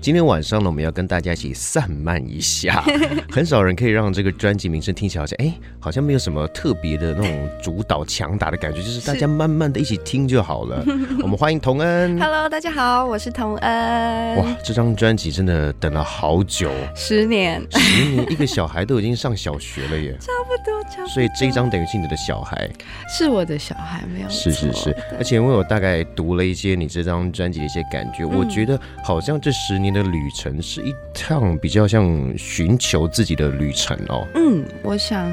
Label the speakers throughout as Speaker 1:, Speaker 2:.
Speaker 1: 今天晚上呢，我们要跟大家一起散漫一 下。很少人可以让这个专辑名称听起来好像，哎，好像没有什么特别的那种主导强打的感觉，就是大家慢慢的一起听就好 了。我们欢迎童恩。
Speaker 2: Hello，大家好，我是童恩。
Speaker 1: 哇，这张专辑真的等了好久，
Speaker 2: 十年，
Speaker 1: 十年，一个小孩都已经上小学了耶，
Speaker 2: 差不多，差不多
Speaker 1: 所以这一张等于是你的小孩。
Speaker 2: 是我的小孩，没有
Speaker 1: 是是
Speaker 2: 错
Speaker 1: 是，而且因为我大概读了一些你这张专辑的一些感
Speaker 2: 嗯
Speaker 1: 觉，我觉得好像这十年的旅程是一趟比较像寻求自己的旅程哦。
Speaker 2: 嗯，我想，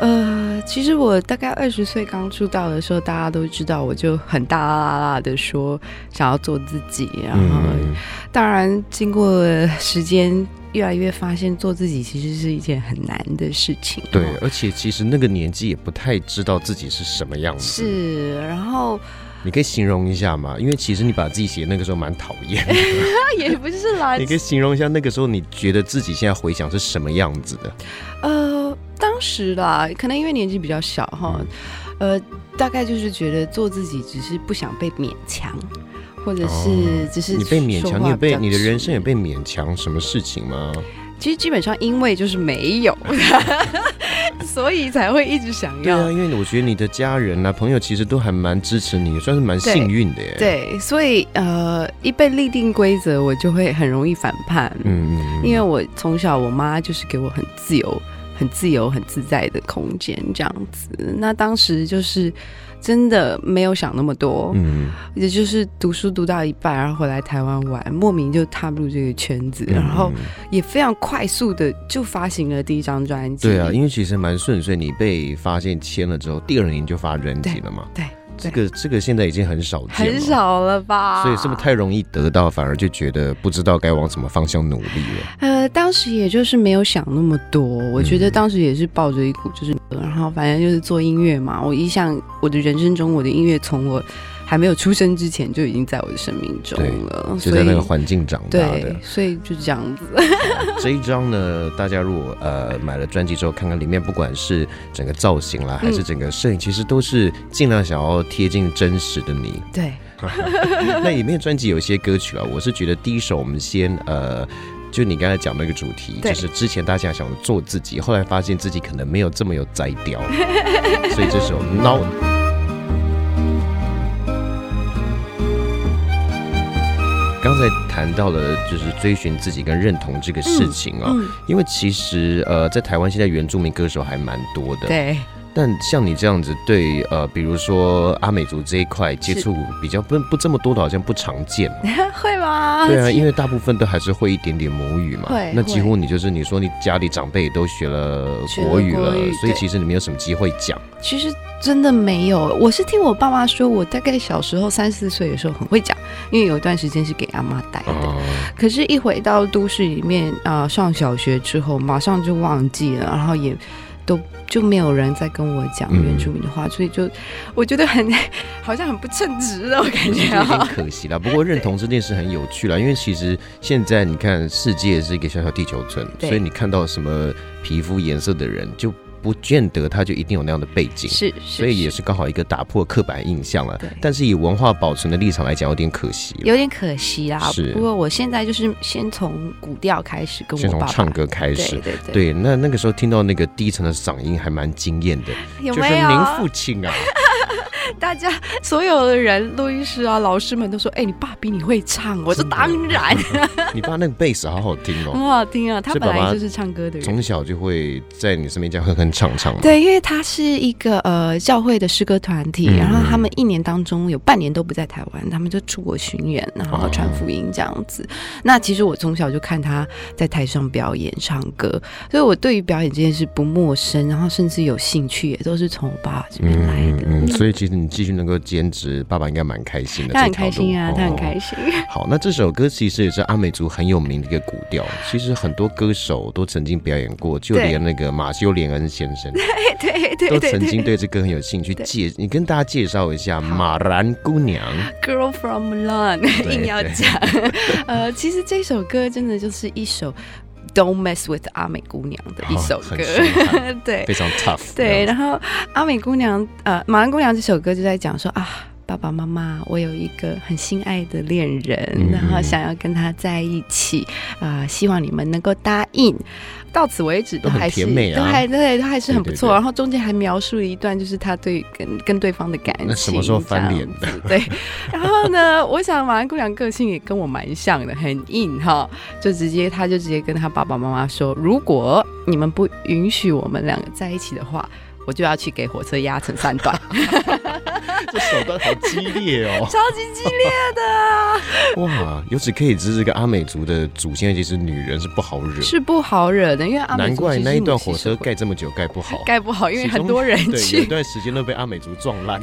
Speaker 2: 呃，其实我大概二十岁刚出道的时候，大家都知道，我就很大啦啦的说想要做自己，然后、
Speaker 1: 嗯，
Speaker 2: 当然经过时间，越来越发现做自己其实是一件很难的事情。
Speaker 1: 对
Speaker 2: 哦，
Speaker 1: 而且其实那个年纪也不太知道自己是什么样子。，
Speaker 2: 是，然后
Speaker 1: 你可以形容一下吗？因为其实你把自己写那个时候蛮讨厌 的，
Speaker 2: 那 也不是 啦，
Speaker 1: 你可以形容一下那个时候你觉得自己现在回想是什么样子的？
Speaker 2: 呃，当时啦，可能因为年纪比较小哈，
Speaker 1: 嗯
Speaker 2: 呃，大概就是觉得做自己，只是不想被勉强，或者
Speaker 1: 哦
Speaker 2: 是只是、
Speaker 1: 你被勉强，你有被你的人生也
Speaker 2: 也，
Speaker 1: 被勉强什么事情吗？
Speaker 2: 其实基本上因为就是没有， 所以才会一直想
Speaker 1: 对
Speaker 2: 要。
Speaker 1: 啊，因为我觉得你的家人啊、朋友其实都还蛮支持你，算是蛮幸运的耶。，
Speaker 2: 对，所以呃，一被立定规则，我就会很容易反叛。
Speaker 1: 嗯，嗯
Speaker 2: 因为我从小我妈就是给我很自由、很自由、很自在的空间这样子。那当时就是真的没有想那么多，
Speaker 1: 嗯，
Speaker 2: 也就是读书读到一半，然后回来台湾玩，莫名就踏入这个圈子，
Speaker 1: 嗯
Speaker 2: 然后也非常快速的就发行了第一张专辑。
Speaker 1: 对啊，因为其实蛮顺遂，你被发现签了之后，第二年就发专辑了嘛。
Speaker 2: 对，
Speaker 1: 这
Speaker 2: 对
Speaker 1: 个这个现在已经很少啊见了，
Speaker 2: 很少了吧？
Speaker 1: 所以是不是太容易得到，反而就觉得不知道该往什么方向努力了？
Speaker 2: 呃，当时也就是没有想那么多，我觉得
Speaker 1: 嗯
Speaker 2: 当时也是抱着一股就是，然后反正就是做音乐嘛。我一向我的人生中，我的音乐从我还没有出生之前就已经在我的生命中了，
Speaker 1: 就
Speaker 2: 所
Speaker 1: 在
Speaker 2: 以
Speaker 1: 那个环境长大的嗯啊
Speaker 2: 对，。所以就这样子。
Speaker 1: 这一张呢，大家如果呃买了专辑之后，看看里面不管是整个造型啦，还是整个摄影，其实都是尽量想要贴近真实的你。
Speaker 2: 对，
Speaker 1: 啊 那里面专辑有一些歌曲啊，我是觉得第一首我们先呃。就你刚才讲那个主题，
Speaker 2: 对
Speaker 1: 就是之前大家想做自己，后来发现自己可能没有这么有摘雕， 所以这首 Now 刚才谈到了就是追寻自己跟认同这个事情啊、
Speaker 2: 嗯，
Speaker 1: 因为其实呃，在台湾现在原住民歌手还蛮多的，
Speaker 2: 对。
Speaker 1: 但像你这样子对呃，比如说阿美族这一块接触比较不不这么多的，好像不常见。
Speaker 2: 会吗？
Speaker 1: 对啊，
Speaker 2: 其
Speaker 1: 因为大部分都还是会一点点母语嘛
Speaker 2: 会。
Speaker 1: 那几乎你就是你说你家里长辈也都学了国语
Speaker 2: 学了
Speaker 1: 了
Speaker 2: 国语，
Speaker 1: 所以
Speaker 2: 对
Speaker 1: 其实你没有什么机会讲。
Speaker 2: 其实真的没有，我是听我爸妈说，我大概小时候三四岁的时候很会讲，因为有一段时间是给阿妈带的。
Speaker 1: 哦，
Speaker 2: 可是，一回到都市里面啊、呃上小学之后，马上就忘记了，然后也都就没有人再跟我讲
Speaker 1: 嗯
Speaker 2: 原住民的话，所以就我觉得很 好像很不称职的我感
Speaker 1: 其实
Speaker 2: 觉
Speaker 1: 有点
Speaker 2: 啊。
Speaker 1: 可惜啦。不过认同这件事很有趣啦，因为其实现在你看，世界是一个小小地球村，
Speaker 2: 对
Speaker 1: 所以你看到什么皮肤颜色的人，就不见得他就一定有那样的背景。
Speaker 2: 是，是
Speaker 1: 所以也是刚好一个打破刻板印象了
Speaker 2: 对。
Speaker 1: 但是以文化保存的立场来讲，有点可惜了。
Speaker 2: 有点可惜啦
Speaker 1: 是。
Speaker 2: 不过我现在就是先从古调开始跟
Speaker 1: 先
Speaker 2: 我
Speaker 1: 从
Speaker 2: 爸爸
Speaker 1: 唱歌开
Speaker 2: 对
Speaker 1: 始。
Speaker 2: 对对，
Speaker 1: 对，那那个时候听到那个低沉的嗓音，还蛮惊艳的，
Speaker 2: 有
Speaker 1: 就
Speaker 2: 没
Speaker 1: 是
Speaker 2: 有？
Speaker 1: 您父亲啊，
Speaker 2: 大家所有的人，录音师啊、老师们都说：“哎、你爸比你会唱。” 我说：“当然，
Speaker 1: 你爸那个贝斯好好听
Speaker 2: 很
Speaker 1: 哦，
Speaker 2: 好听啊。”他
Speaker 1: 所以
Speaker 2: 本
Speaker 1: 爸爸
Speaker 2: 来就是唱歌的人。
Speaker 1: 从小就会在你身边这样哼哼唱唱嘛。
Speaker 2: 对，因为他是一个呃教会的诗歌团体，
Speaker 1: 嗯
Speaker 2: 然后他们一年当中有半年都不在台湾，他们就出国巡演，然
Speaker 1: 哦
Speaker 2: 后传福音这样子。那其实我从小就看他在台上表演、唱歌，所以我对于表演这件事不陌生，然后甚至有兴趣，也都是从我爸爸这边来的。
Speaker 1: 嗯嗯，所以其实你继续能够兼职，爸爸应该蛮开心的。
Speaker 2: 他很
Speaker 1: 这条
Speaker 2: 开
Speaker 1: 路
Speaker 2: 心啊，他很
Speaker 1: 哦
Speaker 2: 开 心。
Speaker 1: 好，那这首歌其实也是阿美族很有名的一个古调，其实很多歌手都曾经表演过，就
Speaker 2: 对
Speaker 1: 连那个马修·连恩先生
Speaker 2: 对
Speaker 1: 都
Speaker 2: 对对
Speaker 1: 曾经
Speaker 2: 对
Speaker 1: 对这歌很有兴趣。
Speaker 2: 对
Speaker 1: 介，你跟大家介绍一下《马兰姑娘》。
Speaker 2: ，Girl from Milan
Speaker 1: 对
Speaker 2: 硬要
Speaker 1: 对
Speaker 2: 讲。呃，其实这首歌真的就是一首 Don't mess with 阿美姑娘的一
Speaker 1: 哦
Speaker 2: 首
Speaker 1: 很
Speaker 2: 歌
Speaker 1: 凶悍，
Speaker 2: 对
Speaker 1: 非常 tough。
Speaker 2: 对，，然后《阿美姑娘》呃，《马兰姑娘》这首歌就在讲说啊，爸爸妈妈，我有一个很心爱的恋人，
Speaker 1: 嗯
Speaker 2: 然后想要跟他在一起啊、希望你们能够答应。到此为止
Speaker 1: 都
Speaker 2: 都
Speaker 1: 很
Speaker 2: 还是
Speaker 1: 甜美啊
Speaker 2: 都还对，都还是很不错。
Speaker 1: 对对对
Speaker 2: 然后中间还描述了一段，就是他对跟跟对方的感情。
Speaker 1: 那什么时候翻脸
Speaker 2: 这样子？对。 然后呢，我想马兰姑娘个性也跟我蛮像的，很硬哈。就直接他就直接跟他爸爸妈妈说，如果你们不允许我们两个在一起的话，我就要去给火车压成 三段，！
Speaker 1: 这手段好激烈哦
Speaker 2: 超级激烈的啊，
Speaker 1: 哇，由此可以知，这个阿美族的祖先其实女人是不好惹，
Speaker 2: 是不好惹的，因为阿美
Speaker 1: 难
Speaker 2: 族
Speaker 1: 怪
Speaker 2: 其实
Speaker 1: 那一
Speaker 2: 母
Speaker 1: 段
Speaker 2: 系
Speaker 1: 火
Speaker 2: 社
Speaker 1: 车
Speaker 2: 会
Speaker 1: 盖这么久盖不好，
Speaker 2: 盖不好， 因为
Speaker 1: 其中
Speaker 2: 很多人
Speaker 1: 对有一
Speaker 2: 去，
Speaker 1: 段时间都被阿美族撞 烂。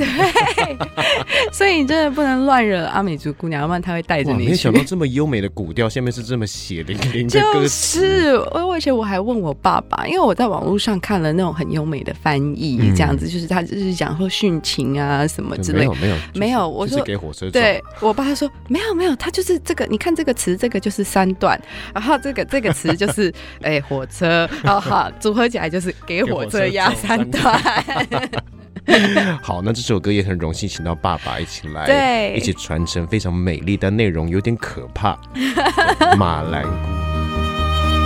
Speaker 2: 所以你真的不能乱惹阿美族姑娘，要不然她会带着
Speaker 1: 哇，
Speaker 2: 你
Speaker 1: 没
Speaker 2: 去。
Speaker 1: 想到这么优美的古调，下面是这么血淋淋的歌
Speaker 2: 就
Speaker 1: 词。
Speaker 2: 是呃我，我以前我还问我爸爸，因为我在网络上看了那种很优美的翻译，这样子就是他就是讲说殉情啊什么之
Speaker 1: 嗯没
Speaker 2: 类
Speaker 1: 有，没有
Speaker 2: 没
Speaker 1: 就是
Speaker 2: 有我
Speaker 1: 就是
Speaker 2: 说
Speaker 1: 给火车撞。
Speaker 2: 对我爸说没有没有，他就是这个，你看这个词，这个就是三段，然后这个这个词就是 哎、火车，哦好，组合起来就是给
Speaker 1: 给火
Speaker 2: 火
Speaker 1: 车
Speaker 2: 车压
Speaker 1: 撞三
Speaker 2: 三段，
Speaker 1: 好，那这首歌也很荣幸请到爸爸一起来，
Speaker 2: 对
Speaker 1: 一起传承非常美丽，但内容有点可怕。对马 兰姑，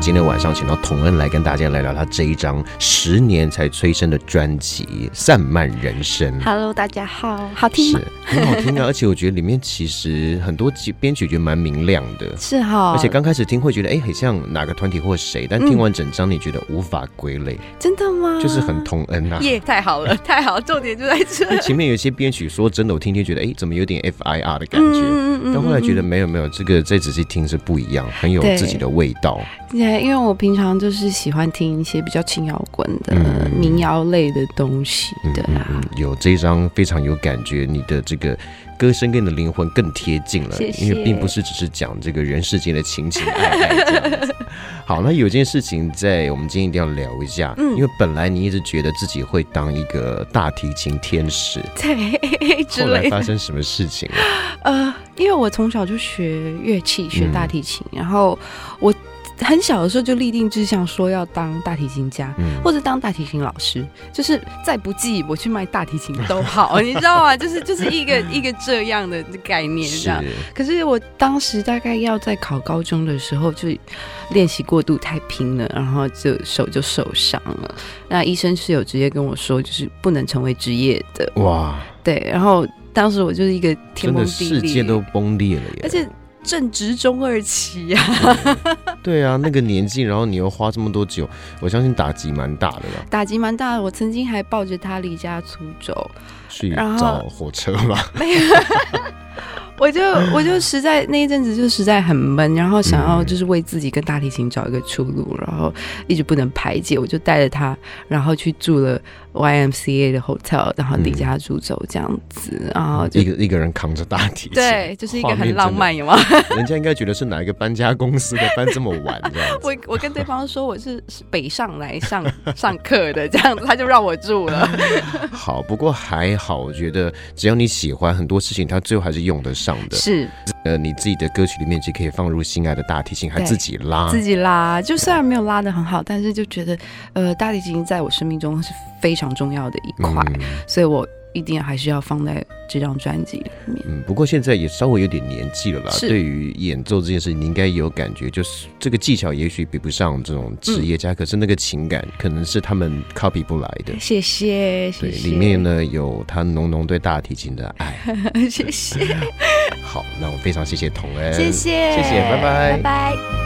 Speaker 1: 今天晚上请到童恩来跟大家来聊他这一张十年才催生的专辑《散漫人生》。
Speaker 2: Hello，大家好，好听
Speaker 1: 是
Speaker 2: 吗？
Speaker 1: 很好 听啊，而且我觉得里面其实很多集编曲觉得蛮明亮的，
Speaker 2: 是哈，
Speaker 1: 而且刚开始听会觉得哎、诶很像哪个团体或谁，
Speaker 2: 嗯
Speaker 1: 但听完整张你觉得无法归类，
Speaker 2: 真的吗？
Speaker 1: 就是很同恩啊。
Speaker 2: 耶太好了，太好，重点就在这。
Speaker 1: 因为前面有一些编曲，说真的，我听听觉得哎、诶怎么有点 FIR 的感觉，
Speaker 2: 嗯
Speaker 1: 但后来觉得没有没有，这个再仔细听是不一样，很有
Speaker 2: 对
Speaker 1: 自己的味道。
Speaker 2: 哎对，因为我平常就是喜欢听一些比较轻摇滚的、
Speaker 1: 嗯
Speaker 2: 民谣类的东西，对 啊。
Speaker 1: 嗯，有这一张非常有感觉，你的这个歌声跟你的灵魂更贴近了，
Speaker 2: 谢谢
Speaker 1: 因为并不是只是讲这个人世间的情情爱爱这样子。好，那有件事情在我们今天一定要聊一下，
Speaker 2: 嗯
Speaker 1: 因为本来你一直觉得自己会当一个大提琴天使，
Speaker 2: 对，之
Speaker 1: 后来
Speaker 2: 类的
Speaker 1: 发。生什么事情了？
Speaker 2: 呃，因为我从小就学乐器，学
Speaker 1: 嗯
Speaker 2: 大提琴，然后我很小的时候就立定志向，说要当大提琴家。
Speaker 1: 嗯，
Speaker 2: 或者当大提琴老师，就是再不济我去卖大提琴都好，你知道吗？就是就是 一个一个这样的概念
Speaker 1: 是
Speaker 2: 这样。可是我当时大概要在考高中的时候，就练习过度太拼了，然后就手就受伤了。那医生是有直接跟我说，就是不能成为职业的。
Speaker 1: 哇，
Speaker 2: 对，然后当时我就是一个
Speaker 1: 真
Speaker 2: 天崩
Speaker 1: 的
Speaker 2: 地
Speaker 1: 世界
Speaker 2: 裂，
Speaker 1: 都崩裂了耶！
Speaker 2: 而且正值中二期啊呀、
Speaker 1: 对啊，那个年纪，然后你又花这么多久，我相信打击蛮大的啦，
Speaker 2: 打击蛮大的。我曾经还抱着他离家出走，
Speaker 1: 去
Speaker 2: 然后
Speaker 1: 找火车吧。
Speaker 2: 没有。 我就我就实在那一阵子就实在很闷，然后想
Speaker 1: 嗯
Speaker 2: 要就是为自己跟大提琴找一个出路，然后一直不能排解，我就带着他，然后去住了 YMCA 的 hotel，然后离家出走这样子，然后哦
Speaker 1: 嗯
Speaker 2: 就
Speaker 1: 一个一个人扛着大提琴，
Speaker 2: 对，就是一个
Speaker 1: 画面
Speaker 2: 很浪漫，有吗？
Speaker 1: 真的。 人家应该觉得是哪一个搬家公司的搬这么晚这样
Speaker 2: 我
Speaker 1: 子。
Speaker 2: 我跟对方说我是是北上来上上课的这样子，他就让我住了。
Speaker 1: 嗯好，不过还好，我觉得只要你喜欢，很多事情它最后还是用得上的。
Speaker 2: 是
Speaker 1: 呃，你自己的歌曲里面就可以放入心爱的大提琴，还
Speaker 2: 对
Speaker 1: 自己拉。
Speaker 2: 自己拉，就虽然没有拉的很好，但是就觉得呃大提琴在我生命中是非常重要的一块。
Speaker 1: 嗯
Speaker 2: 所以我一定还是要放在这张专辑里面。
Speaker 1: 嗯，不过现在也稍微有点年纪了啦。
Speaker 2: 是
Speaker 1: 对于演奏这件事，你应该有感觉，就是这个技巧也许比不上这种职业家，可是那个情感可能是他们 copy 不来的。
Speaker 2: 嗯谢谢，
Speaker 1: 对，
Speaker 2: 谢谢，
Speaker 1: 里面呢有他浓浓对大提琴的爱。
Speaker 2: 谢谢。
Speaker 1: 哎好，那我非常谢谢童恩，
Speaker 2: 谢谢
Speaker 1: 谢谢，拜拜
Speaker 3: 拜拜。